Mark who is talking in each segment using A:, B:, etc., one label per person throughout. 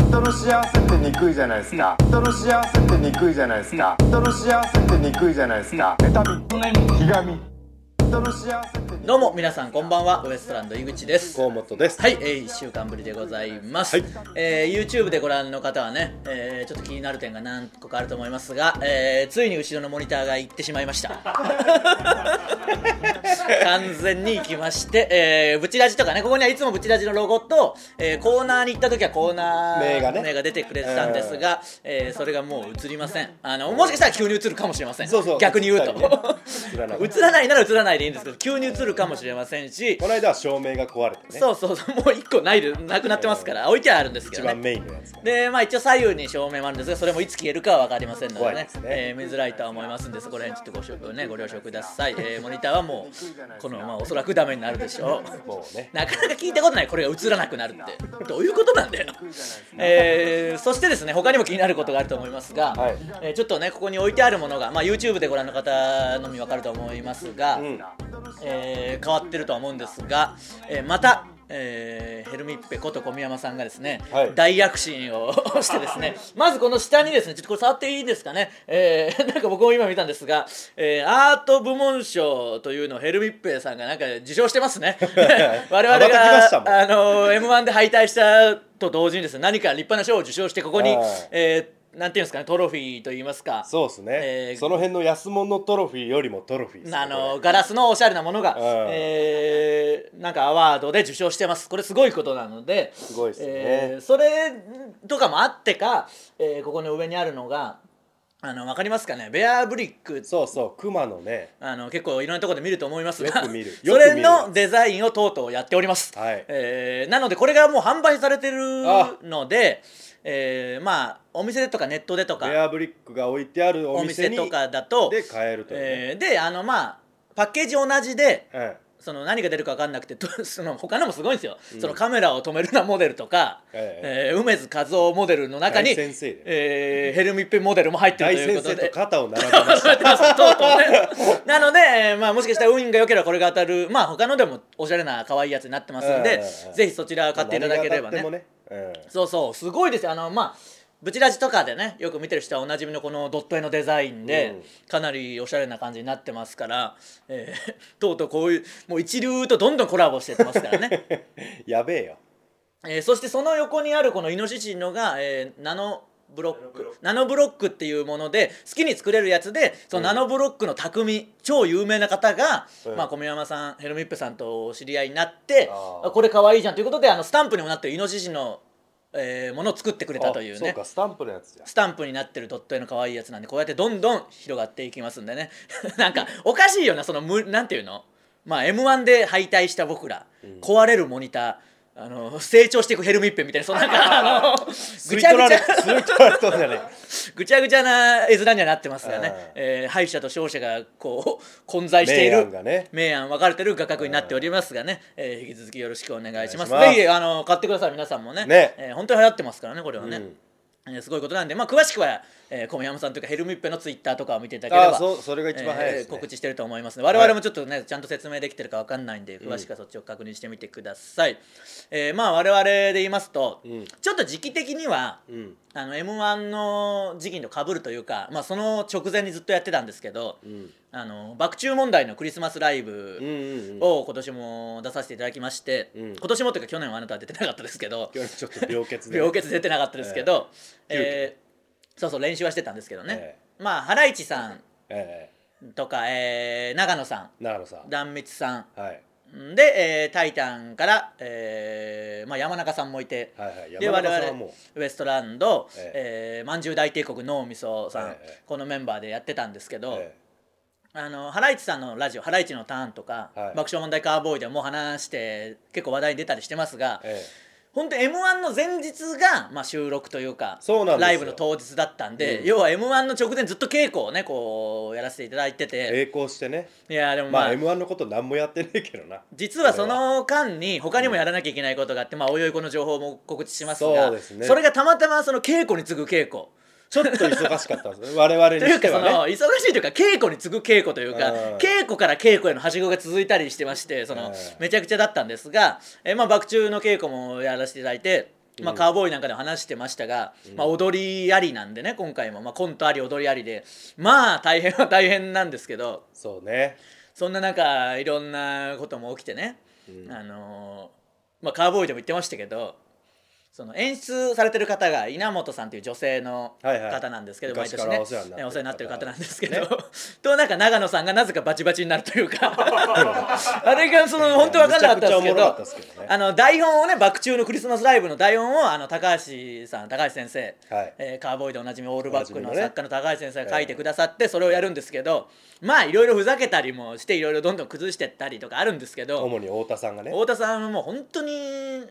A: 人の幸せってにくいじゃないですか人の幸せってにくいじゃないですか人の幸せってにくいじゃないですか妬みひがみ人の幸せって
B: どうも皆さんこんばんはウエストランド井口です
C: 河本です。
B: はい、えー、1週間ぶりでございます、
C: はい
B: えー YouTube でご覧の方はね、えーちょっと気になる点が何個かあると思いますが、えーついに後ろのモニターが行ってしまいました 完全に行きまして、えーブチラジとかねここにはいつもブチラジのロゴと、えーコーナーに行った時はコーナー
C: 名がね
B: 出てくれてたんですが、えーそれがもう映りませんあのもしかしたら急に映るかもしれません
C: そうそう
B: 逆に言うと
C: 映ったりね映らな
B: 映らな
C: い
B: いなら映らないでいいんですけど急に映るかもしれませんし
C: この間は照明が壊れてね。
B: そうそうそうもう一個ないでなくなってますから置いてはあるんですけ
C: 一
B: ど
C: 番
B: ね
C: メインのやつ。
B: でまあ一応左右に照明もあるんですがそれもいつ消えるかは分かりませんので
C: 怖い
B: ね
C: ですね
B: えー見づらいとは思いますんでそこら辺ちょっとご了承、ね、ご了承ください、えーモニターはもうこのまあおそらくダメになるでしょう
C: もうね。
B: なかなか聞いたことないこれが映らなくなるってどういうことなんだよ、えーそしてですね他にも気になることがあると思いますが、
C: はい
B: えーちょっとねここに置いてあるものが、まあ、YouTube でご覧の方のみ分かると思いますが、
C: うん。
B: えー変わってるとは思うんですが、えーまた、えーヘルミッペこと小宮山さんがですね、
C: はい
B: 大躍進をしてですね まずこの下にですねちょっとこれ触っていいですかね、えー なんか僕も今見たんですが、えーアート部門賞というのをヘルミッペさんがなんか受賞して ますね 我々
C: 羽ばたきましたもん
B: があの m 1で敗退したと同時にですね何か立派な賞を受賞してここに
C: はい、
B: えーなんていうんですかねトロフィーといいますか
C: そうです
B: え
C: ね。
B: ー
C: その辺の安物トロフィーよりもトロフィーですね。
B: あ
C: こ
B: のガラスのおしゃれなものが、
C: うん
B: えーなんかアワードで受賞してますこれすごいことなので、
C: れすごいですね。
B: えーそれとかもあってか、えーここの上にあるのがあの分かりますかねベアブリック
C: そうそう、熊のね。
B: あの結構いろんなところで見ると思いますが
C: よ く見る
B: そ
C: よく
B: れ
C: 見る
B: のデザインをとうとうやっております、
C: はい
B: えーなのでこれがもう販売されてる
C: あ
B: ので、えーまあお店でとかネットでとか
C: ベアブリックが置いてあるお
B: お
C: 店
B: 店
C: に
B: とかだと
C: で買えるというね。
B: えーであのまあパッケージ同じで
C: うん。
B: その何が出るか分かんなくてと その他のもすごいんですよ、そのカメラを止めるなモデルとか、え
C: え
B: ー梅津和夫モデルの中に
C: 大、先生で
B: えーヘルミッペモデルも入ってる
C: 大
B: ということ
C: 先生
B: で
C: と。 肩を並べまし
B: とうとうねなので、えーまあ、もしかしたら運が良ければこれが当たるまあ他のでもおしゃれな可愛いやつになってますんで、
C: うん
B: ぜひそちら
C: た。
B: 買っていただければ
C: 何
B: ね
C: が当たってもね。
B: そうそうすごいですよあのまあブチラジとかでねよく見てる人はおなじみのこのドット絵のデザインで、
C: うん
B: かなりおしゃれな感じになってますから、えーとうとうこういうもう一流とどんどんコラボしてってますからね、
C: うん。やべえよ。
B: えーそしてその横にあるこのイノシシのが、えーナノブロックナノブロックっていうもので好きに作れるやつでそのナノブロックの匠超有名な方が、
C: うん
B: まあ、小宮山さんヘルミッペさんとお知り合いになって
C: あー
B: あこれかわいいじゃんということであのスタンプにもなってるイノシシの、えーものを作ってくれたとい
C: あ
B: う
C: そう
B: ね
C: か、スタンプのやつじゃん。
B: スタンプになってるドット絵の可愛いやつなんでこうやってどんどん広がっていきますんでね なんかおかしいよなそのむなんていうのまあ m 1で敗退した僕ら、壊れるモニターあの成長していくヘルミッペみたいなそのなんかあの
C: 吸
B: ぐ
C: い
B: ちゃ
C: 取
B: ぐ
C: ら
B: ちゃ
C: れ、吸い取られそうじゃ ねえ。
B: ぐちゃぐちゃな絵面にはなってますがね
C: うん、
B: えー敗者と勝者がこう混在してい
C: 明
B: る
C: 暗がね
B: 明暗分かれてる画角になっておりますがね、えー引き続きよろしくお願いします
C: お願いします
B: ぜひあの買ってください皆さんもね
C: ね
B: えー本当に流行ってますからねこれはね、
C: うん
B: えーすごいことなんで、まあ、詳しくは、えー、小宮山さんというかヘルミッペのツイッターとかを見ていただければ
C: あーそうそれが一番早いですね
B: 告知してると思いますので我々もちょっとね、ちゃんと説明できてるかわかんないんで詳しくはそっちを確認してみてください、えーまあ我々で言いますと、
C: ん
B: ちょっと時期的には、
C: うん。
B: あの m 1の時期とかぶるというか、まあ、その直前にずっとやってたんですけど、
C: うん。
B: あの爆中問題のクリスマスライブ
C: うんうんうん。
B: を今年も出させていただきまして、
C: うん
B: 今年もというか去年はあなたは出てなかったですけど
C: 今日ちょっと 病欠で。
B: 病欠出てなかったですけど、えーそうそう練習はしてたんですけどね、
C: え
B: まあハライチさん
C: え
B: とか、えー長野さ
C: え長野さ
B: ん壇蜜さ
C: ん。はい。
B: んで、えータイタンから、えーまあ、山中さんもいて。
C: はいはい。
B: で
C: 山
B: 我
C: 中さんはも
B: 々
C: う。
B: ウエストランド、
C: え
B: えーまんじゅう大帝国脳みそさん、
C: ええ
B: このメンバーでやってたんですけど、
C: え
B: あのハライチさんのラジオ「ハライチのターン」とか、
C: はい
B: 爆笑問題カーボーイ」でも話して結構話題に出たりしてますが、
C: ええ
B: 本当 m 1の前日が、まあ、収録というか
C: そうなんですよ
B: ライブの当日だったんで、
C: うん
B: 要は m 1の直前ずっと稽古をねこうやらせていただいてて、
C: 栄光してね。
B: いやでもまあ、
C: まあ M1 のこと何もやってねえけどな。
B: 実はその間に他にもやらなきゃいけないことがあって、まあ、おいおいこの情報も告知しますが
C: そうですね
B: れがたまたまその稽古に次ぐ稽古
C: ちょっと忙しかったんですね。我々に
B: という
C: し
B: か
C: て
B: そ
C: は
B: の
C: ね。
B: 忙しいというか稽古に次ぐ稽古というか
C: うん
B: 稽古から稽古へのはしごが続いたりしてましてその
C: うん
B: めちゃくちゃだったんですがえーまあ爆中の稽古もやらせていただいてまあ、カウボーイなんかでも話してましたが、まあ、踊りありなんでね今回も、まあ、コントあり踊りありでまあ大変は大変なんですけど
C: そうね
B: そんな中いろんなことも起きてね、
C: うん
B: あのーまあ、カウボーイでも言ってましたけどその演出されてる方が稲本さんという女性の
C: はいはい
B: 方なんですけど、
C: 昔から
B: 毎
C: お世話
B: 年
C: になって
B: ね
C: る
B: お世話になってる方なんですけど、
C: ね
B: となんか長野さんがなぜかバチバチになるという かあれがその本当分かんなかったんですけ
C: めちゃくちゃおもろか
B: ど
C: ったですけどね
B: あの台本をね「爆中のクリスマスライブ」の台本をあの高橋さん高橋先生、
C: はい
B: えーカーボーイでおなじみオールバック
C: おなじみ
B: の
C: のね
B: 作家の高橋先生が書いてくださってそれをやるんですけど、まあいろいろふざけたりもしていろいろどんどん崩してったりとかあるんですけど
C: 主に太田さんがね、
B: 太田さんはもう本当に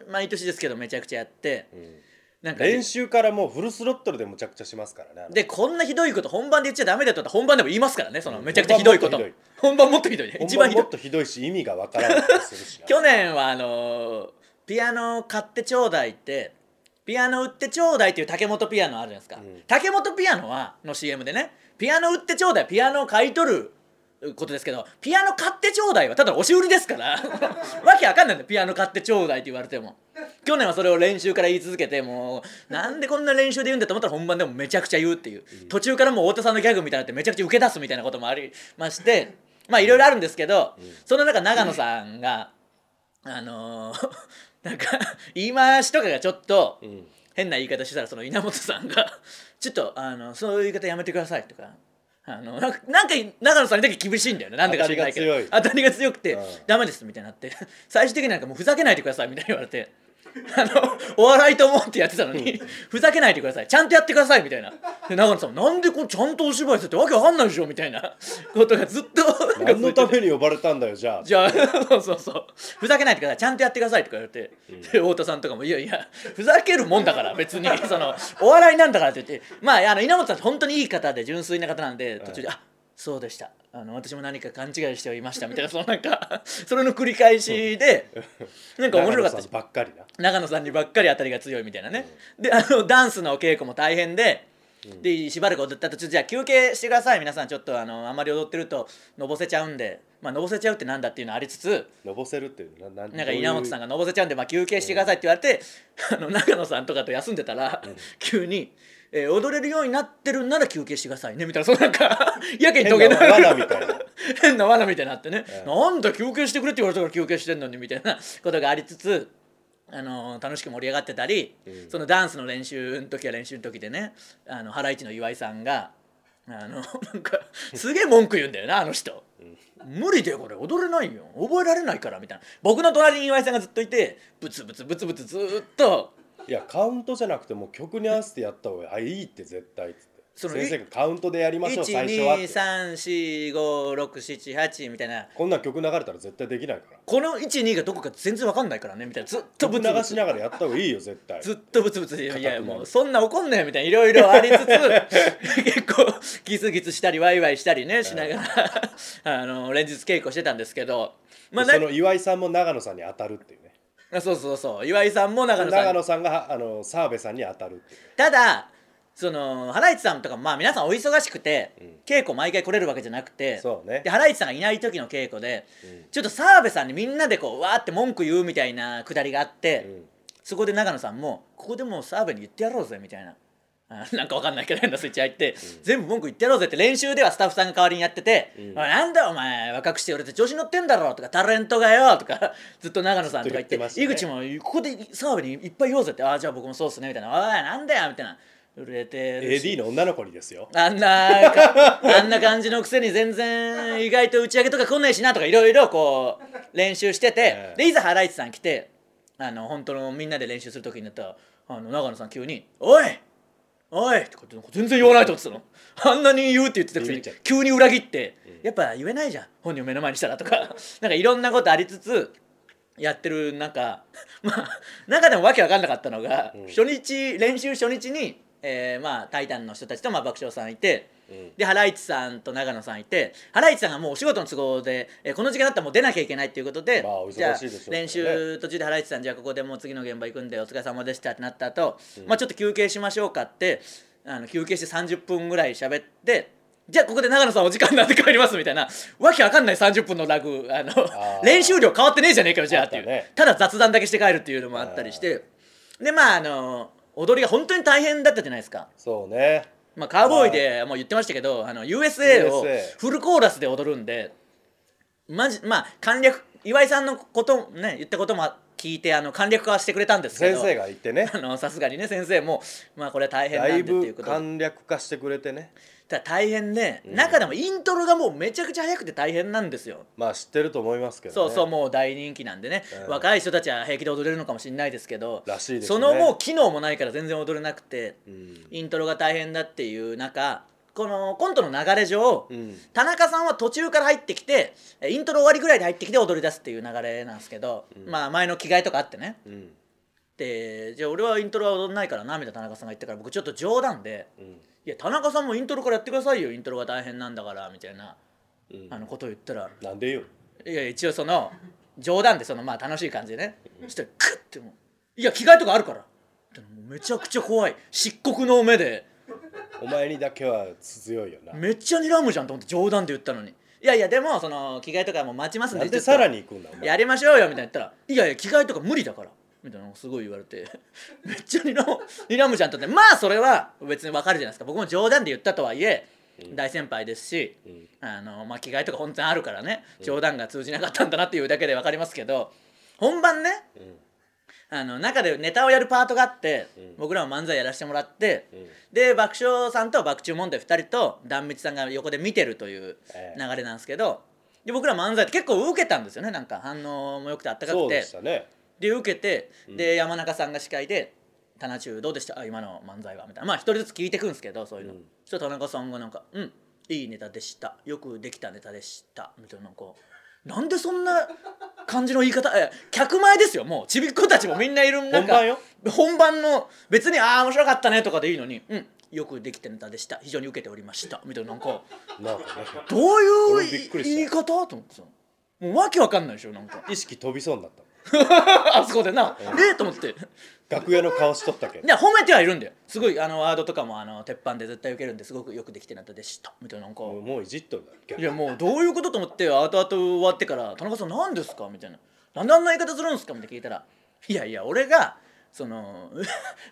B: 毎年ですけどめちゃくちゃやって
C: うん
B: なんか
C: 練習からもうフルスロットルでむちゃくちゃしますからねあの
B: でこんなひどいこと本番で言っちゃダメだと思ったら本番でも言いますからねその
C: うん
B: めちゃくちゃひどいこと
C: 本番もっ
B: 本番もっ
C: とひ
B: とひどいね
C: 本
B: 一
C: 番
B: 番ひ
C: も
B: どい
C: っとひどいし意味がわからなくするしな
B: 去年はあのーピアノを買ってちょうだいってピアノ売ってちょうだいっていう竹本ピアノあるじゃないですか、
C: うん
B: 竹本ピアノはの CM でねピアノ売ってちょうだいピアノを買い取ることですけどピアノ買ってちょうだいはただの押し売りです からわけわかんないんだよピアノ買ってちょうだいって言われても去年はそれを練習から言い続けてもうなんでこんな練習で言うんだと思ったら本番でもめちゃくちゃ言うっていう、途中からもう太田さんのギャグみたいになってめちゃくちゃ受け出すみたいなこともありましてまあいろいろあるんですけど、その中長野さんが。あのー なんか言い回しとかがちょっと
C: うん
B: 変な言い方してたらその稲本さんが 「ちょっとあのそういう言い方やめてください」とか。あのなんかなんか長野さんにだけ厳しいんだよねなんでか知らないけど
C: 当たりが強
B: たりが強
C: い
B: くて
C: うん
B: 「ダメです」みたいになって 最終的になんかもうふざけないでくださいみたいに言われて あのお笑いと思ってやってたのにふざけないでくださいちゃんとやってくださいみたいなで長野さんも「なんでこうちゃんとお芝居するってわけわかんないでしょ」みたいなことがずっとなんか続いてて
C: 何のために呼ばれたんだよじゃあ
B: じゃあ そうそうそうふざけないでくださいちゃんとやってくださいとか言われて、で太田さんとかも「いやいやふざけるもんだから別にそのお笑いなんだから」って言ってまああの稲本さん本当にいい方で純粋な方なんで途中で「あそうでしたあの私も何か勘違いしておりました」みたいなそのなんかそれの繰り返しでなんか面白かった
C: 長野
B: し
C: さんばっかりな
B: 長野さんにばっかり当たりが強いみたいなね、であのダンスのお稽古も大変で、でしばらく踊った途中じゃあ休憩してください皆さんちょっとあのあんまり踊ってるとのぼせちゃうんでまあのぼせちゃうってなんだっていうのありつつ
C: のぼせるっていうのな
B: なんか稲本さん
C: が
B: がのぼせちゃうんで、まあ、休憩してくださいって言われて、あの長野さんとかと休んでたら、急に、えー踊れるようになってるなら休憩してくださいね」みたいなそのなんかやけに解けない
C: 変な罠みた いな
B: 変な罠みたいになってね、
C: うん
B: なんだ休憩してくれって言われたから休憩してんのにみたいな ことがありつつ。あの楽しく盛り上がってたり、
C: うん
B: そのダンスの練習の時は練習の時でねあのハライチの岩井さんがあの なんかすげえ文句言うんだよなあの人、無理でこれ踊れないよ覚えられないからみたいな僕の隣に岩井さんがずっといてブツブツブツブツずーっと
C: いやカウントじゃなくてもう曲に合わせてやった方があいいって絶対っつって
B: その
C: 先生がカウントでやりましょう最初はって
B: 123456789みたいな
C: こんなん曲流れたら絶対できないから
B: この12がどこか全然わかんないからねみたいなずっとブ
C: 曲流
B: ツブツ
C: しながらやった方がいいよ絶対
B: ずっとブツブツいやい
C: 硬
B: や
C: くなる
B: もうそんな怒んなよみたいないろいろありつ つ結構ギスギスしたりワイワイしたりねしながら あの連日稽古してたんですけどまあ
C: で
B: な
C: その岩井さんも長野さんに当たるっていうね
B: あそうそうそう岩井さんも長野さん
C: 長野さんがあの澤部さんに当たるっていうね
B: ただそのハライチさんとかもまあ皆さんお忙しくて、
C: うん
B: 稽古毎回来れるわけじゃなくて
C: そうね
B: でハライチさんがいない時の稽古で、
C: ん
B: ちょっと澤部さんにみんなでこうわーって文句言うみたいなくだりがあって、
C: うん
B: そこで長野さんも「ここでもう澤部に言ってやろうぜ」みたいな。 あなんかわかんないけど変なスイッチ入って、全部文句言ってやろうぜって練習ではスタッフさんが代わりにやってて「
C: ん
B: おいなんだお前若くして俺って調子乗ってんだろ」とか「タレントがよ」とかずっと長野さんとか言って
C: ずっと言ってましたね
B: 井口も「ここで澤部にいっぱい言おうぜ」って「ああじゃあ僕もそうっすね」みたいな「おいなんだよ」みたいな売れてるし
C: AD の女の子にですよ
B: あんなかあんな感じのくせに全然意外と打ち上げとか来ないしなとかいろいろこう練習してて
C: ええ
B: でいざハライチさん来てあの本当のみんなで練習する時になったらあの長野さん急に「おいおい!」とかって全然言わないと思ってたのあんなに言うって言ってたくせに
C: ビビっちゃう
B: 急に裏切って、やっぱ言えないじゃん本人を目の前にしたらとかなんかいろんなことありつつやってる中 まあ中でもわけわかんなかったのが、
C: ん
B: 初日練習初日に、えーまあ「タイタン」の人たちと、まあ、爆笑さんいて。
C: うん
B: でハライチさんと長野さんいてハライチさんがもうお仕事の都合で、えーこの時間だったらもう出なきゃいけないっていうことで,、
C: まあお忙しい
B: じゃあ
C: でしょうからね
B: 練習途中でハライチさんじゃあここでもう次の現場行くんでお疲れ様でしたってなった後、まあちょっと休憩しましょうかってあの休憩して30分ぐらい喋って。じゃあここで長野さんお時間になって帰りますみたいなわけわかんない30分のラグあの
C: ー
B: 練習量変わってねえじゃねえかよじゃあっていう
C: あったね
B: ただ雑談だけして帰るっていうのもあったりしてでまああの踊りが本当に大変だったじゃないですか、
C: そうね
B: まあ、カウボーイでもう言ってましたけどあの USA を
C: USA
B: フルコーラスで踊るんでマジまあ簡略岩井さんのことね言ったことも聞いてあの簡略化してくれたんですけ
C: 先
B: ど
C: 生がいてね
B: あのさすがにね先生もまあこれは大変な
C: だ
B: んで
C: い
B: ってい
C: ぶ
B: うことで
C: 簡略化してくれてね
B: ただ大変で、
C: うん
B: 中でもイントロがもうめちゃくちゃ早くて大変なんですよ
C: まあ知ってると思いますけど、ね、
B: そうそうもう大人気なんでね、
C: うん
B: 若い人たちは平気で踊れるのかもしれないですけど
C: らしいですね
B: そのもう機能もないから全然踊れなくて
C: うん、
B: イントロが大変だっていう中このコントの流れ上、
C: うん
B: 田中さんは途中から入ってきてえイントロ終わりぐらいで入ってきて踊り出すっていう流れなんですけど、
C: うん
B: まあ前の着替えとかあってね
C: うん
B: でじゃあ俺はイントロは踊んないからなみたいな田中さんが言ったから僕ちょっと冗談で
C: うん
B: 「いや田中さんもイントロからやってくださいよイントロが大変なんだから」みたいな
C: うん
B: あのことを言ったら
C: なんでよ
B: いや一応その冗談でそのまあ楽しい感じでねそしてクッてもう「いや着替えとかあるから」ってもうめちゃくちゃ怖い漆黒の目で
C: お前にだけは強いよな
B: めっちゃ睨むじゃんと思って冗談で言ったのに「いやいやでもその着替えとかもう待ちますん
C: な
B: で
C: んでさら
B: に
C: に行くんだお前
B: やりましょうよ」みたいな言ったら「いやいや着替えとか無理だから」みたいなのをすごい言われてめっちゃ睨む睨むじゃんと思ってまあそれは別にわかるじゃないですか僕も冗談で言ったとはいえ大先輩ですし、
C: うん
B: あのまあ、着替えとか本当あるからね冗談が通じなかったんだなっていうだけで分かりますけど本番ね
C: うん
B: あの中でネタをやるパートがあって、
C: うん
B: 僕らも漫才やらせてもらって、
C: うん
B: で爆笑さんと爆笑問題2人と壇蜜さんが横で見てるという
C: ええ
B: 流れなんですけど、で僕ら漫才って結構受けたんですよねなんか反応も良くてあったか
C: そ
B: く
C: うで
B: て
C: したね
B: で受けて、で山中さんが司会で「田中中どうでしたあ今の漫才は」みたいなまあ一人ずつ聞いてくんですけどそういうの、
C: うん
B: そしたら田中さんがなんか「うんいいネタでしたよくできたネタでした」みたいななんかなんでそんな感じの言い方え客前ですよもうちびっ子たちもみんないる中
C: 本番よ
B: 本番の別に「ああ面白かったね」とかでいいのに「うんよくできたネタでした非常に受けておりました」みたいななんか
C: なんかね
B: どう
C: 俺も
B: い
C: びっ
B: う
C: くりした
B: 言い方と思ってさもうわけわかんないでしょなんか
C: 意識飛びそうになった
B: あそこでな「えっ?」と思って。
C: 楽屋の顔しとったけど
B: で褒めてはいるんだよすごいあのワードとかもあの鉄板で絶対受けるんですごくよくできてなったでしたみたいななんか
C: もうもういじっとるだろ逆
B: い
C: に
B: やもうどういうことと思って後々終わってから「田中さん何ですか?」みたいな「なんであんな言い方するんですか?」みたいな聞いたら「いやいや俺がその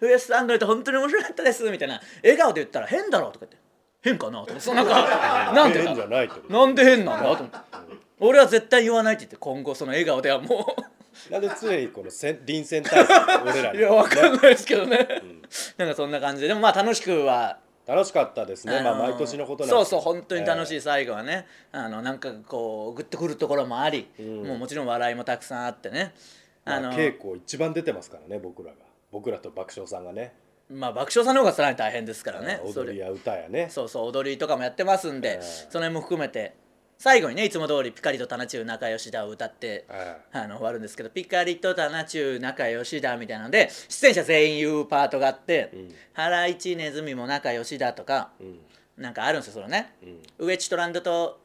B: ウエストランドリーって本当に面白かったです」みたいな笑顔で言ったら「変だろ」とか言って「変かな?」とかそのなん かなんで
C: 変じゃないと
B: なんで変なんだと思って俺は絶対言わないって言って今後その笑顔ではもう。
C: なんで常にこのせん臨戦態勢俺らに
B: いやわかんないですけどね、なんかそんな感じででもまあ楽しくは
C: 楽しかったですね、ま
B: あ
C: あ
B: のー
C: 毎年のことなん
B: そうそう本当に楽しい、
C: え
B: 最後はね、あのなんかこうグッとくるところもあり、
C: ん
B: もうもちろん笑いもたくさんあってね
C: えま
B: あ
C: あ
B: の、
C: 稽古一番出てますからね僕らが僕らと爆笑さんがね
B: まあ、爆笑さんの方がさらに大変ですからね
C: あの
B: そ
C: 踊り
B: れ
C: や歌やね
B: そうそう踊りとかもやってますんで、
C: ええ
B: その辺も含めて最後にねいつも通り「ピカリとタナチュウ仲良しだ」を歌って。
C: え
B: あの終わるんですけど「ピカリとタナチュウ仲良しだ」みたいなので出演者全員言うパートがあって
C: ん
B: 「ハライチネズミも仲良しだ」とか
C: えうん
B: なんかあるんですよそのね
C: うん
B: ウエッジトランドと、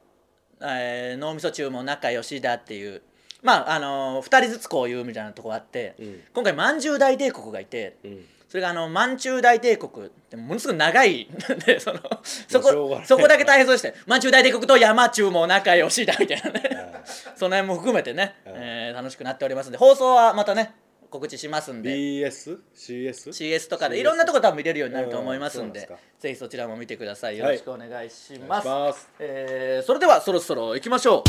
B: えー脳みそ中も仲良しだっていうまああのー、2人ずつこういうみたいなとこあって、
C: うん
B: 今回満州大帝国がいて
C: うん
B: それがあの満州大帝国ってものすごく長い でそのそ
C: しょうが
B: こ
C: ない
B: そこだけ大変そうでしたよ満州大帝国と山中も仲良しだみたいな ね、
C: え
B: その辺も含めてね、
C: うん
B: えー楽しくなっておりますんで放送はまたね告知しますんで
C: BSCS
B: CS とかでいろんなとこ多分見れるようになると思いますんで,、
C: うんそうなんで
B: ぜひそちらも見てくださいよ
C: はい
B: ろしくお願いします,、
C: お願いします
B: えーそれではそろそろ行きましょ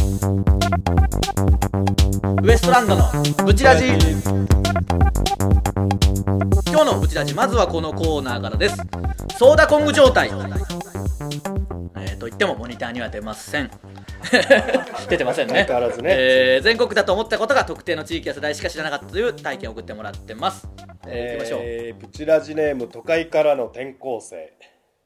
B: うウエストランドのブチラジ今日のブチラジまずはこのコーナーからですソーダコング状態えー、と言ってもモニターには出ません 出てませんね
C: 相変わらずね
B: えー全国だと思ったことが特定の地域や世代しか知らなかったという体験を送ってもらってます、えー、行きましょう、
C: えープチラジネーム都会からの転校生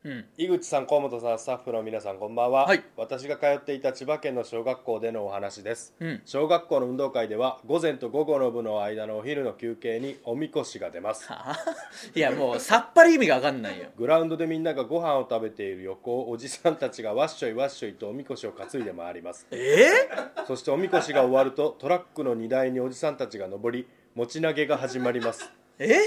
B: うん
C: 井口さん河本さんスタッフの皆さんこんばんは、
B: はい
C: 私が通っていた千葉県の小学校でのお話です、
B: うん
C: 小学校の運動会では午前と午後の部の間のお昼の休憩におみこしが出ます
B: あ いやもうさっぱり意味が分かんないよ
C: グラウンドでみんながご飯を食べている横をおじさんたちがわっしょいわっしょいとおみこしを担いで回ります
B: え
C: そしておみこしが終わるとトラックの荷台におじさんたちが登り持ち投げが始まります
B: え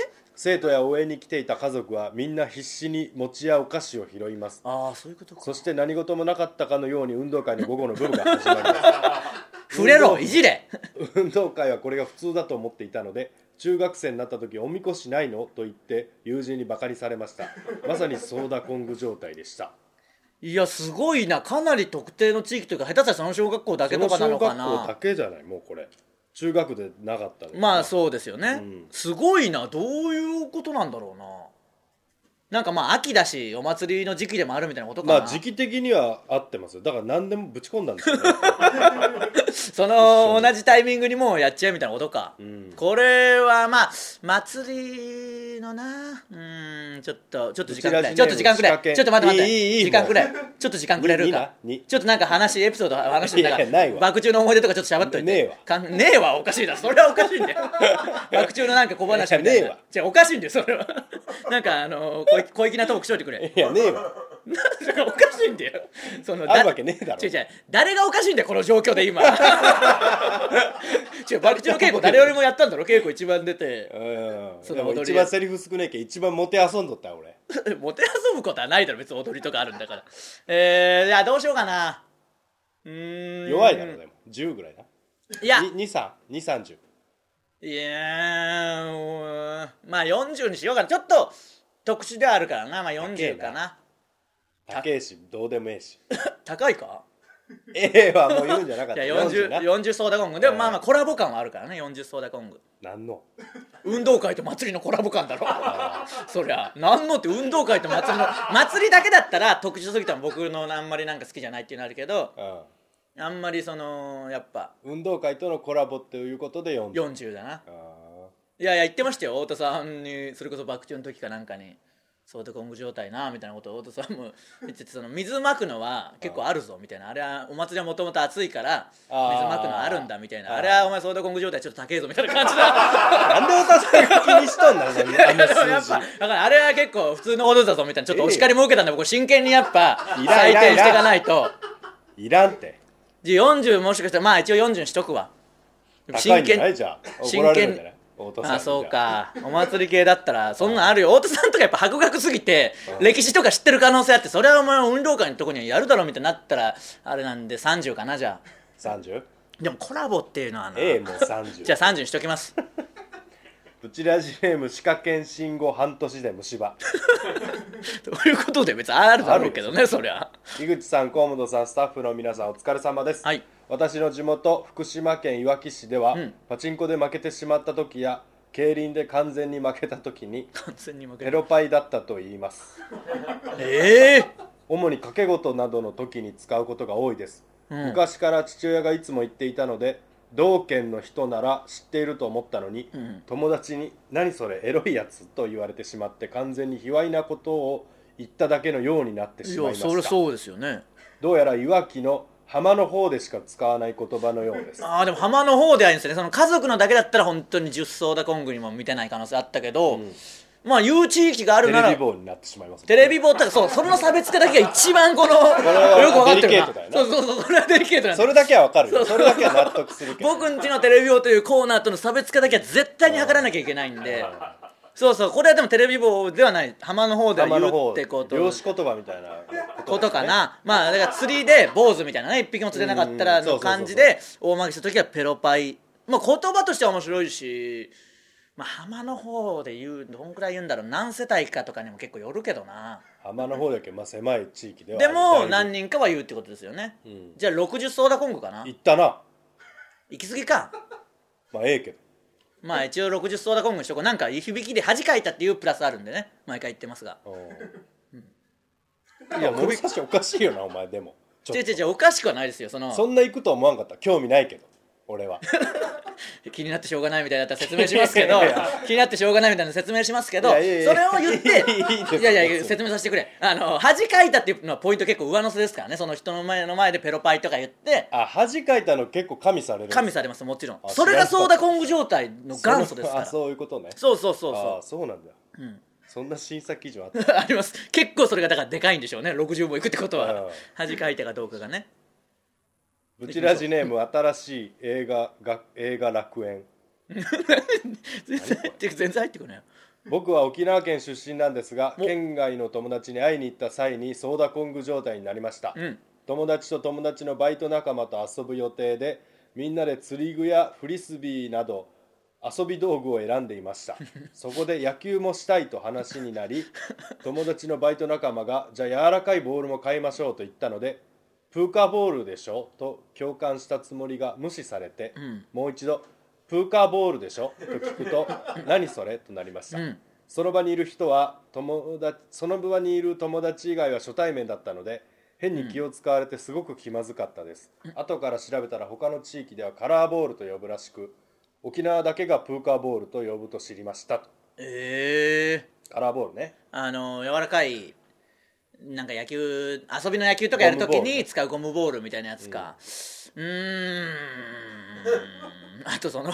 C: 生徒や応援に来ていた家族はみんな必死に餅やお菓子を拾います
B: ああそういうことか
C: そして何事もなかったかのように運動会の午後の部が始まります
B: 触れろいじれ
C: 運動会はこれが普通だと思っていたので中学生になった時おみこしないのと言って友人にバカにされましたまさにソーダコング状態でした
B: いやすごいなかなり特定の地域というか下手したらその小学校だけ
C: そ
B: と
C: の
B: かなの
C: 小学校
B: か
C: だ
B: な
C: けじゃないもうこれ中学でなかったのよ
B: まあそうですよね、
C: うん
B: すごいなどういうことなんだろうななんかまあ秋だしお祭りの時期でもあるみたいなことか
C: ま
B: な、
C: あ時期的には合ってますよだから何でもぶち込んだんですよね、
B: その同じタイミングにもうやっちゃうみたいなことか、
C: うん
B: これはまあ祭りのなうーんちょっとちょっと時間くれち
C: うち
B: ょ
C: ら
B: っ
C: じ
B: と
C: ね
B: 時間くれ
C: 仕掛け
B: ちょっと待って待って
C: いいいいいい
B: 時間くれちょっと時間くれ
C: い
B: る
C: い
B: か
C: なに
B: ちょっとなんか話エピソード話してんだか
C: いやいやない
B: ら
C: わ
B: 爆中の思い出とかちょっと喋っといて
C: ねえわ
B: かんねえわおかしいだそれはおかしいん だよ爆中のなんか小話みたいない
C: やねえわ
B: じゃおかしいんだよそれはなんかあの小小粋なトークしといてくれ
C: いやねえわ
B: なんかおかしいんだよその
C: あるわけねえだろ
B: 違う違う誰がおかしいんだよこの状況で今違う爆笑の稽古誰よりもやったんだろ稽古一番出て
C: う
B: そ
C: ん
B: の
C: で
B: 踊り
C: も一番セリフ少ないけん一番モテ遊んどったよ俺
B: もてあそぶことはないだろ別に踊りとかあるんだからえー、いやどうしようかなうーん
C: 弱いだろでも10ぐらいない
B: や
C: 2330
B: いやーうーんまあ40にしようかなちょっと特殊ではあるからなまあ40かな
C: 高えしどうでもええし
B: 高いか
C: ええわもう言うんじゃなかっ
B: じ
C: た
B: ゃあ 40,
C: な
B: 40ソーダコングでもまあまあコラボ感はあるからね40ソーダコング
C: なんの
B: 運動会と祭りのコラボ感だろそりゃ何のって運動会と祭りの 祭りだけだったら特殊すぎたの僕のあんまりなんか好きじゃないっていうのあるけど
C: うん
B: あんまりそのやっぱ
C: 運動会とのコラボっていうことで40
B: 40だな
C: あー
B: いやいや言ってましたよ太田さんにそれこそ爆中の時かなんかに「ソーダコング状態な」みたいなことを太田さんも言っててその水まくのは結構あるぞみたいなあれはお祭りはもともと暑いから水
C: あー
B: まくのあるんだみたいな
C: あー
B: あれはお前ソーダコング状態ちょっと高えぞみたいな感じだ
C: なんでお父さんが気にしとんだそんなあ
B: いやでも
C: の
B: や
C: 数
B: っ
C: 字
B: ぱだからあれは結構普通のことだぞみたいなちょっとお叱りも受けたんで僕真剣にやっぱ
C: いらん
B: 採
C: いらん
B: 点していかないと
C: いらんって
B: じゃあ40もしかしたらまあ一応40にしとくわ
C: 高いんじゃないじゃあ怒られるんじゃない太田さん
B: あ
C: に
B: そうかお祭り系だったらそんなんあるよ太田さんとかやっぱ博学すぎて歴史とか知ってる可能性あってそれはお前運動会のとこにはやるだろみたいになったらあれなんで30かなじゃあ
C: 30?
B: でもコラボっていうのはな、
C: ええもう30
B: じゃあ30にしときます
C: ブチラジネーム歯科検診後半年で 虫歯
B: ということで別にあるだろうけどねそりゃ
C: 井口さん河本さんスタッフの皆さんお疲れ様です、
B: はい
C: 私の地元福島県いわき市では、
B: うん
C: パチンコで負けてしまった時や競輪で完全に負けた時に
B: 完全に負け
C: ヘ
B: る
C: ロパイだったと言います
B: ええ
C: 主に掛け事などの時に使うことが多いです、
B: うん
C: 昔から父親がいつも言っていたので同県の人なら知っていると思ったのに、
B: ん
C: 友達に「何それエロいやつ」と言われてしまって完全に卑猥なことを言っただけのようになってし
B: い
C: まいま
B: やそれ
C: した
B: そうですよね
C: どうやらいわきの浜の方でしか使わない言葉のようです
B: ああでも浜の方ではいいんですよねその家族のだけだったら本当に十層だコングにも見てない可能性あったけど、まあ言う地域がある
C: テ
B: な
C: レビ
B: ら
C: 棒になってしまいます
B: テレビ棒とかそうその差別化だけが一番このよく分
C: は
B: かってるな
C: デリケートだよな
B: そうそうそうそれはデリケートなんだ
C: それだけはわかるよそれだけは納得する けど
B: 僕んちのテレビ棒というコーナーとの差別化だけは絶対に図らなきゃいけないんでそうそうこれはでもテレビ棒ではない浜の方では
C: 浜
B: 言
C: の
B: う
C: 方
B: ってこと
C: 漁師言葉みたいな
B: ことかな、まあだから釣りで坊主みたいなね一匹も釣れなかったら
C: うんそう
B: の
C: そうそうそう
B: 感じで大負けした時はペロパイまあ言葉としては面白いしまあ浜の方で言うどんくらい言うんだろう何世帯かとかにも結構よるけどな
C: 浜の方だけまあ狭い地域では
B: でも
C: だいぶ
B: 何人かは言うってことですよね、
C: ん
B: じゃあ60ソーダコングかな
C: 行ったな
B: 行き過ぎか
C: まあええけど
B: まあ一応60ソーダコングにしとこうなんか響きで恥かいたっていうプラスあるんでね毎回言ってますが
C: いや森橋おかしいよなお前でもちょっ
B: 違う
C: と
B: 違う違うおかしくはないですよその
C: そんな行くと思わんかった興味ないけど俺は
B: 気になってしょうがないみたいだったら説明しますけど
C: いやいやい
B: 気になってしょうがないみたいな説明しますけど
C: い
B: そ
C: やいや
B: れ
C: いや
B: を言って
C: いいいいです
B: いやい
C: 別
B: や
C: に
B: 説明させてくれあの恥かいたっていうのはポイント結構上乗せですからねその人の前の前でペロパイとか言って
C: あ恥かいたの結構加味される
B: 加味されますもちろん
C: あ
B: それが
C: 知ら
B: ソー
C: なかった
B: ダコング状態の元祖ですから
C: あ
B: そう
C: そういうことね
B: そうそうそう
C: あそうなんだ、そんな審査基準あっ た
B: あります結構それがだからでかいんでしょうね60もいくってこと
C: う
B: は
C: ん
B: 恥かいたかどうかがね
C: ブチラジネーム新しい映画が映画楽園
B: 全然入って全然入ってこないよ
C: 僕は沖縄県出身なんですが
B: お
C: 県外の友達に会いに行った際にソーダコング状態になりました、
B: ん
C: 友達と友達のバイト仲間と遊ぶ予定でみんなで釣り具やフリスビーなど遊び道具を選んでいましたそこで野球もしたいと話になり友達のバイト仲間がじゃあ柔らかいボールも買いましょうと言ったのでプーカーボールでしょと共感したつもりが無視されて、
B: ん
C: もう一度プーカーボールでしょと聞くと何それとなりました、
B: うん
C: その場にいる人は友達その場にいる友達以外は初対面だったので変に気を使われてすごく気まずかったです、後から調べたら他の地域ではカラーボールと呼ぶらしく沖縄だけがプーカーボールと呼ぶと知りましたと
B: ええ
C: カラーボールね
B: あの柔らかいなんか野球遊びの野球とかやるとき
C: ゴムボール
B: に使うゴムボールみたいなやつかうーんあとその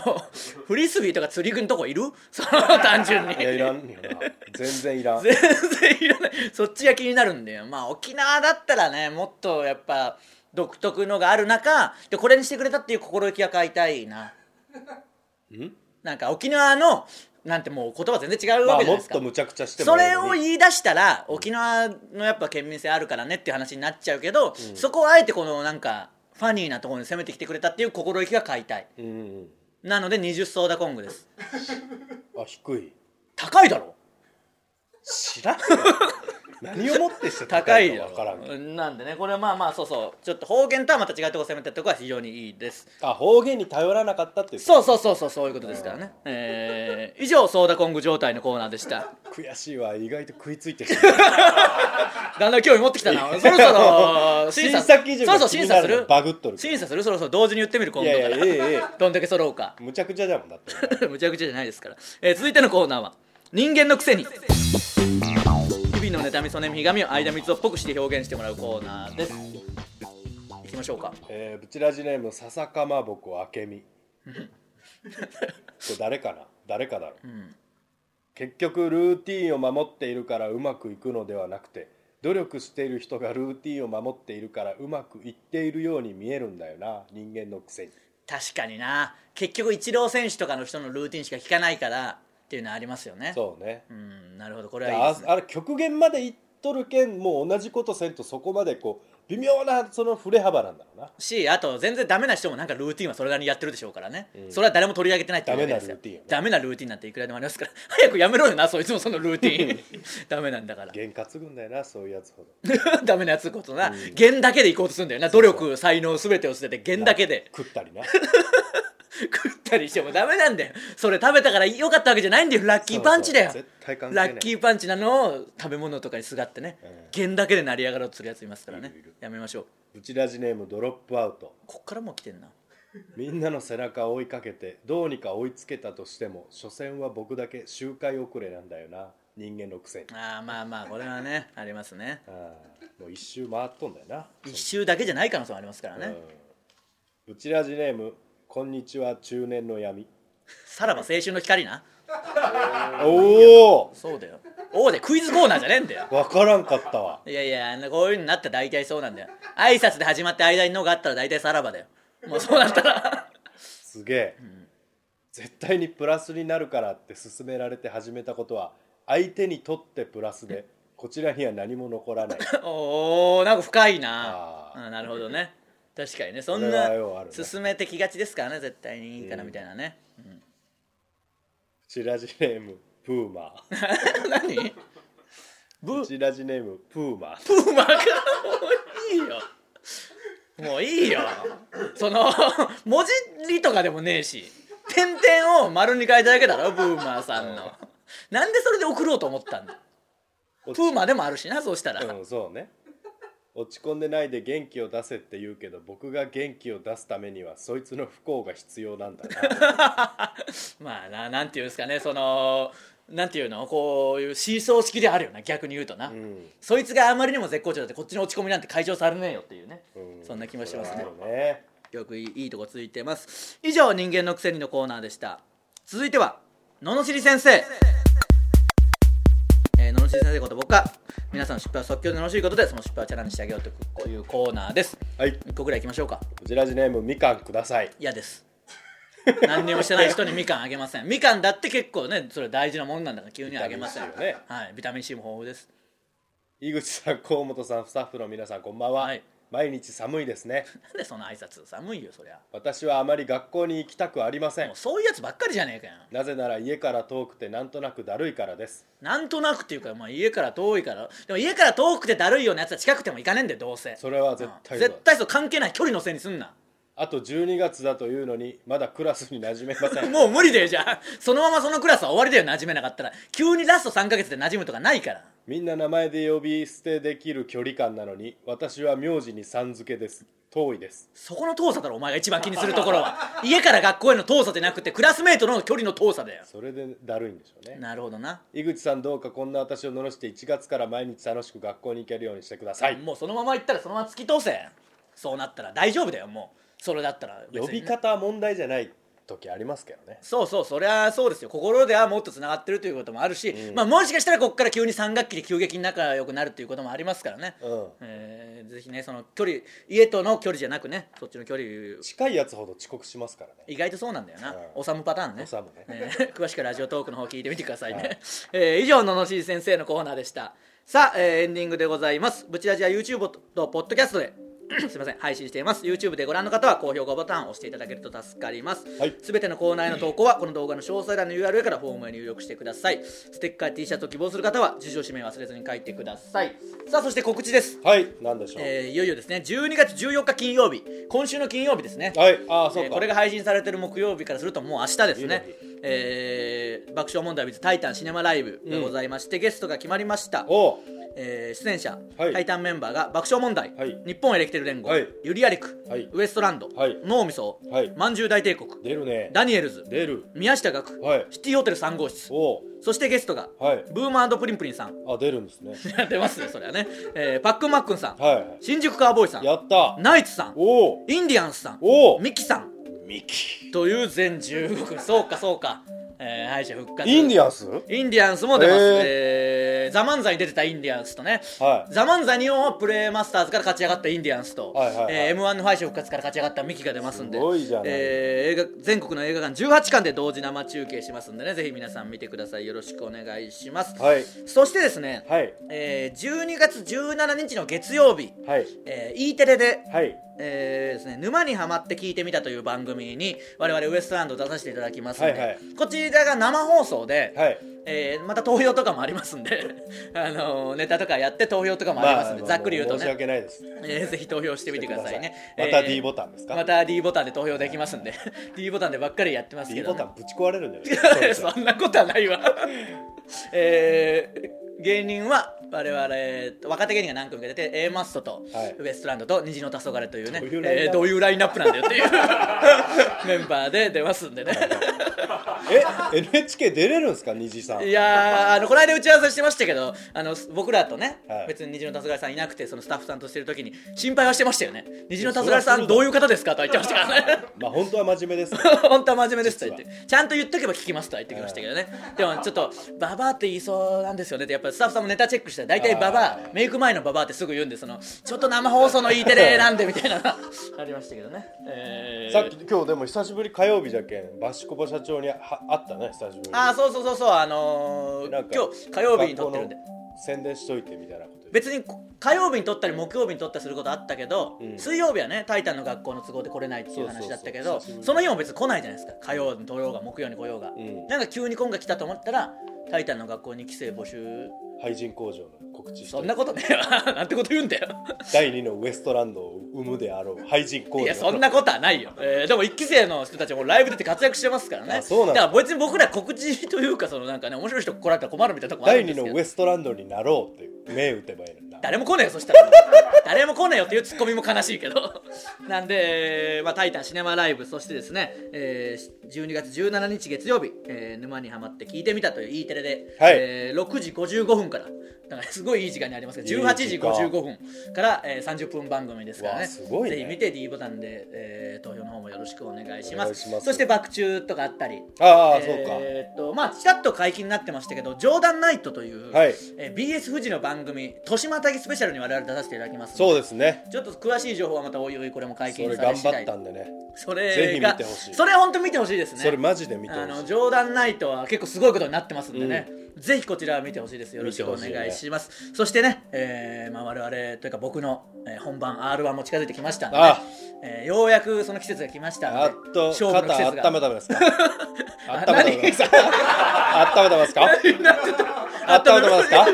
B: フリスビーとか釣り具のとこいるその単純に
C: いやいらんよ な全然いらん
B: 全然いらないそっちが気になるんだよまあ沖縄だったらねもっとやっぱ独特のがある中でこれにしてくれたっていう心意気は買いたいなんなんか沖縄のなんてもう言葉全然違う
C: ま
B: わ
C: あ
B: けじゃないで
C: もっ
B: すか、
C: と無茶苦茶しても
B: それを
C: い
B: 言い出したら沖縄のやっぱ県民性あるからねっていう話になっちゃうけど、そこをあえてこのなんかファニーなところに攻めてきてくれたっていう心意気が買いたい
C: うんうん
B: なので20ソーダコングです
C: あ低い
B: 高いだろ
C: 知らん何をもってして
B: 高い
C: か
B: よ
C: わからん
B: なんでねこれはまあまあそうそうちょっと方言とはまた違うとこ攻めたとこは非常にいいです
C: あ方言に頼らなかったっていう
B: そうそうそうそうそういうことですからね、えー以上ソーダコング状態のコーナーでした
C: 悔しいわ意外と食いついてしまう
B: だんだん興味持ってきたなそろそろ 審査
C: 審査基準
B: そろそ
C: が
B: ろ
C: 気
B: 審
C: にな
B: 査
C: る
B: す
C: の
B: る
C: バグっとる
B: 審査するそろそろ同時に言ってみる今
C: い
B: 度
C: や
B: か
C: いや
B: ら
C: ええええ
B: どんだけ揃うか
C: むちゃくちゃだもんだって
B: むちゃくちゃじゃないですから、えー続いてのコーナーは人間のくせに日々の妬みそねみひがみを間三つをっぽくして表現してもらうコーナーですいきましょうか
C: えー、ブチラジネーム笹かまぼこあ けみこれ誰かな誰かだろう、結局ルーティンを守っているからうまくいくのではなくて努力している人がルーティンを守っているからうまくいっているように見えるんだよな人間のくせに
B: 確かにな結局イチロー選手とかの人のルーティンしか聞かないからっていうのはありますよね
C: そうね
B: うんなるほどこれ
C: だか
B: はいい
C: ら
B: ですね
C: ああれ極限までいっとるけんもう同じことせんとそこまでこう微妙なその振れ幅なんだろうな
B: しあと全然ダメな人もなんかルーティンはそれなりにやってるでしょうからね、それは誰も取り上げてないっていうだけですよ
C: ダメなル
B: ダメなルー
C: ーティンよね
B: ティンなんていくらでもありますから 早くやめろよなそいつもそのルーティンダメなんだ から
C: 験担ぐんだよなそういうやつほど
B: ダメなやつことな弦だけでいこうとするんだよな努
C: そう
B: 力才能全てを捨てて弦だけで
C: 食ったりな
B: 食ったりしてもダメなんだよそれ食べたから良かったわけじゃないんだよラッキーパンチだよ
C: そうそう絶対関係な
B: ラ
C: い
B: ッキーパンチなのを食べ物とかにすがってね
C: うん
B: 弦だけで成り上がろうとするやついますからね
C: いるいる
B: やめましょう
C: ブチラジネームドロップアウト
B: こっからもう来てんな
C: みんなの背中を追いかけてどうにか追いつけたとしても所詮は僕だけ周回遅れなんだよな人間のくせに
B: あーまあま あこれはねありますね
C: あーもう一周回っとんだよな
B: 一周だけじゃない可能性もありますからね、
C: うんブチラジネームこんにちは中年の闇
B: さらば青春の光な
C: おお
B: そうだよおうでクイズコーナーじゃねえんだよ
C: 分からんかったわ
B: いやいやあのこういうのになったら大体そうなんだよ挨拶で始まって間に「の」があったら大体さらばだよもうそうなったら
C: すげえ、絶対にプラスになるからって勧められて始めたことは相手にとってプラスでこちらには何も 残らない
B: おーなんか深いな
C: あ
B: あ
C: ー
B: なるほどね確かにねそん
C: それ
B: な
C: はようあるね
B: 進めてきがちですからね絶対にいいかなみたいなね、
C: チラジネームプーマ ー
B: 何ブ
C: チラジネームプーマー
B: プーマがもういいよもういいよその文字りとかでもねえし点々を丸に変えただけだろブーマーさんのなんでそれで送ろうと思ったんだプ
C: 落ち
B: ーマでもあるしなそうしたら、
C: うんそうね落ち込んでないで元気を出せって言うけど僕が元気を出すためにはそいつの不幸が必要なんだな
B: まあななんていうんですかねそのなんていうのこういうシーソー式であるよな逆に言うとな、
C: うん、
B: そいつがあまりにも絶好調だってこっちの落ち込みなんて解消されねえよっていうね、
C: うん
B: そんな気もしますね
C: そうだね
B: よくいいいいとこついてます以上人間のくせにのコーナーでした続いてはののしり先生えー、ののしり先生こと僕が皆さんの失敗を即興で楽しいことでその失敗をチャレンジしてあげようというこういうコーナーです
C: はい
B: 1個ぐらいいきましょうか
C: こちらジネームみかんください
B: 嫌です何にもしてない人にみかんあげませんみかんだって結構ねそれ大事なものなんだから急にはあげません
C: ビタミン C よね
B: はい、ビタミン C も豊富です
C: 井口さん河本さんスタッフの皆さんこんばんは、
B: はい
C: 毎日寒いですね
B: なんでその挨拶寒いよそりゃ
C: 私はあまり学校に行きたくありません
B: もうそういうやつばっかりじゃねえかよ
C: なぜなら家から遠くてなんとなくだるいからです
B: なんとなくっていうか、まあ、家から遠いからでも家から遠くてだるいようなやつは近くても行かねえんだよどうせ
C: それは
B: うん
C: 絶対だ
B: 絶対そう関係ない距離のせいにすんな
C: あと12月だというのにまだクラスに馴染めませ ん
B: もう無理だよじゃあそのままそのクラスは終わりだよ馴染めなかったら急にラスト3ヶ月で馴染むとかないから
C: みんな名前で呼び捨てできる距離感なのに私は名字にさん付けです遠いです
B: そこの遠さだろお前が一番気にするところ は家から学校への遠さじゃなくてクラスメートの距離の遠さだよ
C: それでだるいんでしょうね
B: なるほどな、
C: 井口さんどうかこんな私を罵して1月から毎日楽しく学校に行けるようにしてください
B: もうそのまま行ったらそのまま突き通せそうなったら大丈夫だよもうそれだったら別
C: 呼
B: にね
C: び方は問題じゃない時ありますけどね
B: そうそうそりゃそうですよ心ではもっとつながってるということもあるし、
C: うん
B: まあ、もしかしたらここから急に3学期で急激に仲良くなるということもありますからね、
C: うん
B: えーぜひねその距離家との距離じゃなくねそっちの距離
C: 近いやつほど遅刻しますからね
B: 意外とそうなんだよな
C: うん
B: おさむパターンね
C: おさむね
B: えー 詳しくはラジオトークの方聞いてみてくださいね、 えー以上ののしり先生のコーナーでしたさあ、えーエンディングでございますブチラジは YouTube とポッドキャストで すいません配信しています YouTube でご覧の方は高評価ボタンを押していただけると助かります
C: はい
B: すべてのコーナーへの投 稿はこの動画の詳細欄の URL からフォームへ入力してくださいステッカー T シャツを希望する方は住所氏名忘れずに書いてくださいさあそして告知です
C: はい何でしょう、
B: えーいよいよですね12月14日金曜日今週の金曜日ですね
C: はいああそう
B: え
C: か、
B: ーこれが配信されてる木曜日からするともう明日ですね
C: いいね
B: えー爆笑問題 with タイタンシネマライブがございまして、ゲストが決まりました、
C: おう
B: えー出演者、
C: はい
B: タイタンメンバーが爆笑問題、
C: はい
B: 日本エレキテル連合、
C: はい
B: ユリアリク、
C: はい
B: ウエストランド、
C: はい
B: 脳みそ、
C: はい
B: まんじゅう大帝国
C: 出るね
B: ダニエルズ
C: 出る
B: 宮下岳、
C: はい
B: シティホテル3号室
C: おう
B: そしてゲストが、
C: はい
B: ブーマープリンプリンさん
C: あ出るんですね
B: やってますねそれはね、えーパックンマックンさん、
C: はいは
B: 新宿カーボーイさ
C: いや
B: ん
C: った
B: ナイツさん
C: おお
B: インディアンスさん
C: おう
B: ミキさん
C: ミキ
B: という全15組そうかそうか、えー、敗者復活
C: インディアンス
B: インディアンスも出ます、
C: へー
B: えーザ・漫才に出てたインディアンスとね、
C: はい
B: ザ・漫才日本はプレーマスターズから勝ち上がったインディアンスと、
C: はいはいはい
B: えー、m 1の敗者復活から勝ち上がったミキが出ますんです
C: ごいじゃない
B: えー映画全国の映画館18館で同時生中継しますんでねぜひ皆さん見てくださいよろしくお願いします、
C: はい
B: そしてですね、
C: はい
B: えー、12月17日の月曜日、
C: はい
B: えー、E テレで
C: はい
B: えーですね、沼にハマって聞いてみたという番組に我々ウエストランド出させていただきますので、
C: はいはい
B: こちらが生放送で、
C: はい
B: えーまた投票とかもありますんで、 あのーネタとかやって投票とかもありますんで、ざっくり言うと
C: 申し
B: ね、
C: 訳ないです
B: えーぜひ投票してみてくださいね
C: してくださいまた
B: えー
C: D ボタンですか
B: また D ボタンで投票できますんで D ボタンでばっかりやってますけ
C: D
B: ど、
C: ボ
B: ね、
C: タンぶち壊れる んだよ
B: そんなことはないわ えー芸人は我々若手芸人が何組か出て A マストと、
C: はい
B: ウエストランドと虹の黄昏というね
C: どういうラインナップ
B: えーどういうラインナップなんだよっていう メンバーで出ますんでね
C: え NHK 出れるんですか虹さん
B: いやーあのこの間打ち合わせしてましたけどあの僕らとね、
C: はい
B: 別に虹の黄昏さんいなくてそのスタッフさんとしてる時に心配はしてましたよね虹の黄
C: い
B: 昏
C: やそりゃ
B: さ
C: そ
B: ん
C: うだ
B: どういう方ですかとは言ってましたからね
C: まあ本当は真面目 です
B: 本当は真面目ですと言ってちゃんと言っとけば聞きますとは言ってきましたけどね、でもちょっとババアって言いそうなんですよねってやっぱスタッフさんもネタチェックしたら大体ババアメイク前のババアってすぐ言うんでそのちょっと生放送の E テレなんでみたいなのがありましたけどね、えー
C: さっき今日でも久しぶり火曜日じゃけんバシコバ社長には会ったね久しぶりに
B: ああそうそうそうそうあのー
C: なんか
B: 今日火曜日に撮ってるんで
C: 学校の宣伝しといてみたいなこと
B: 別に火曜日に撮ったり木曜日に撮ったりすることあったけど、
C: うん
B: 水曜日はね「タイタン」の学校の都合で来れないっていう
C: そうそうそ
B: 話
C: う
B: だったけど
C: 久しぶりに
B: その日も別に来ないじゃないですか火曜に撮ろうが木曜に来ようが、
C: ん
B: なんか急に今回来たと思ったら「タイタン」の学校に帰省募集
C: 廃人工場の告知し
B: そ
C: とい
B: ん
C: て
B: なことねえわなんてこと言うんだよ
C: 第2のウエストランドを生むであろう廃人工場
B: いやそんなことはないよ、えーでも一期生の人たちもライブ出て活躍してますからね
C: あそうなんだ
B: だから別に僕ら告知というかそのなんかね面白い人来られたら困るみたいなとこもあるんで
C: 第2
B: す
C: の
B: け
C: ウ
B: ど
C: エストランドになろうっていう銘打てばいいのにな
B: 誰も来ねえよそしたら 誰も来ねえよっていうツッコミも悲しいけど なんで、えーまあ「タイタンシネマライブ」そしてですね、えー12月17日月曜日「えー沼にハマって聞いてみた」という E テレで、
C: はい
B: えー6時55分からだからすごいいい時間にありますけど18時55分から、えー30分番組ですから
C: わ
B: ね
C: あすごいね
B: ぜひ見て D ボタンで、えー投票の方もよろしくお願いしま
C: お願
B: す
C: いします
B: そして「爆中」とかあったり
C: ああ、そうか
B: えーっとまあちらっと解禁になってましたけど「ジョーダンナイト」という、
C: はい
B: えー BS 富士の番組「豊島たぎスペシャルに我々出させていただきます
C: そう
B: う
C: ですね
B: ちょっと詳しい情報はまたおいおいこれも解
C: そ
B: 禁
C: れ
B: され
C: 頑
B: 次
C: 張っ
B: 第
C: たんでね
B: それが
C: ぜひ見てほしい
B: それ本当見てほしいですね
C: それマジで見て
B: あ
C: ほし
B: の
C: い
B: 冗談ナイトは結構すごいことになってますんでね、ぜひこちらは見てほしいですよろしくお
C: 見てほしい
B: 願い
C: ね
B: しますそしてね、えーまあ、我々というか僕の、えー本番 R1 も近づいてきましたんでね、
C: あ
B: えーようやくその季節が来ましたんで
C: あっと
B: 勝負の季
C: 肩
B: 節が
C: 温めためですか温めためですか温めためですか温めためですか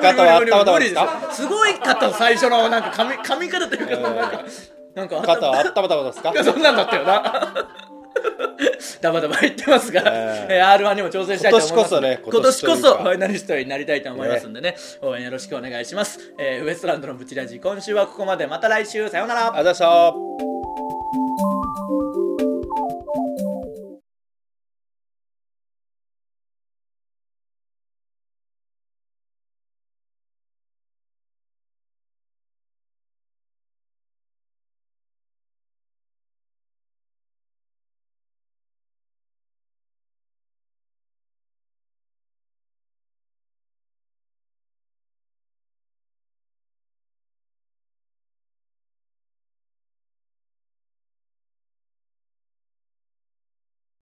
C: 肩は温めためですか
B: すごい肩最初のなんか髪髪型というかなんか、なんか
C: 肩は温めためですか
B: そんなんだったよな。ダバダバ言ってますが、
C: ええ
B: えー R1 にも挑戦したいと思いますんで
C: 今年こそね
B: 今
C: 今
B: 年
C: 年
B: こ
C: というか
B: そファイナリストになりたいと思いますんでね応援よろしくお願いします、えーウエストランドのブチラジ今週はここまでまた来週さようなら
C: ありがとうございました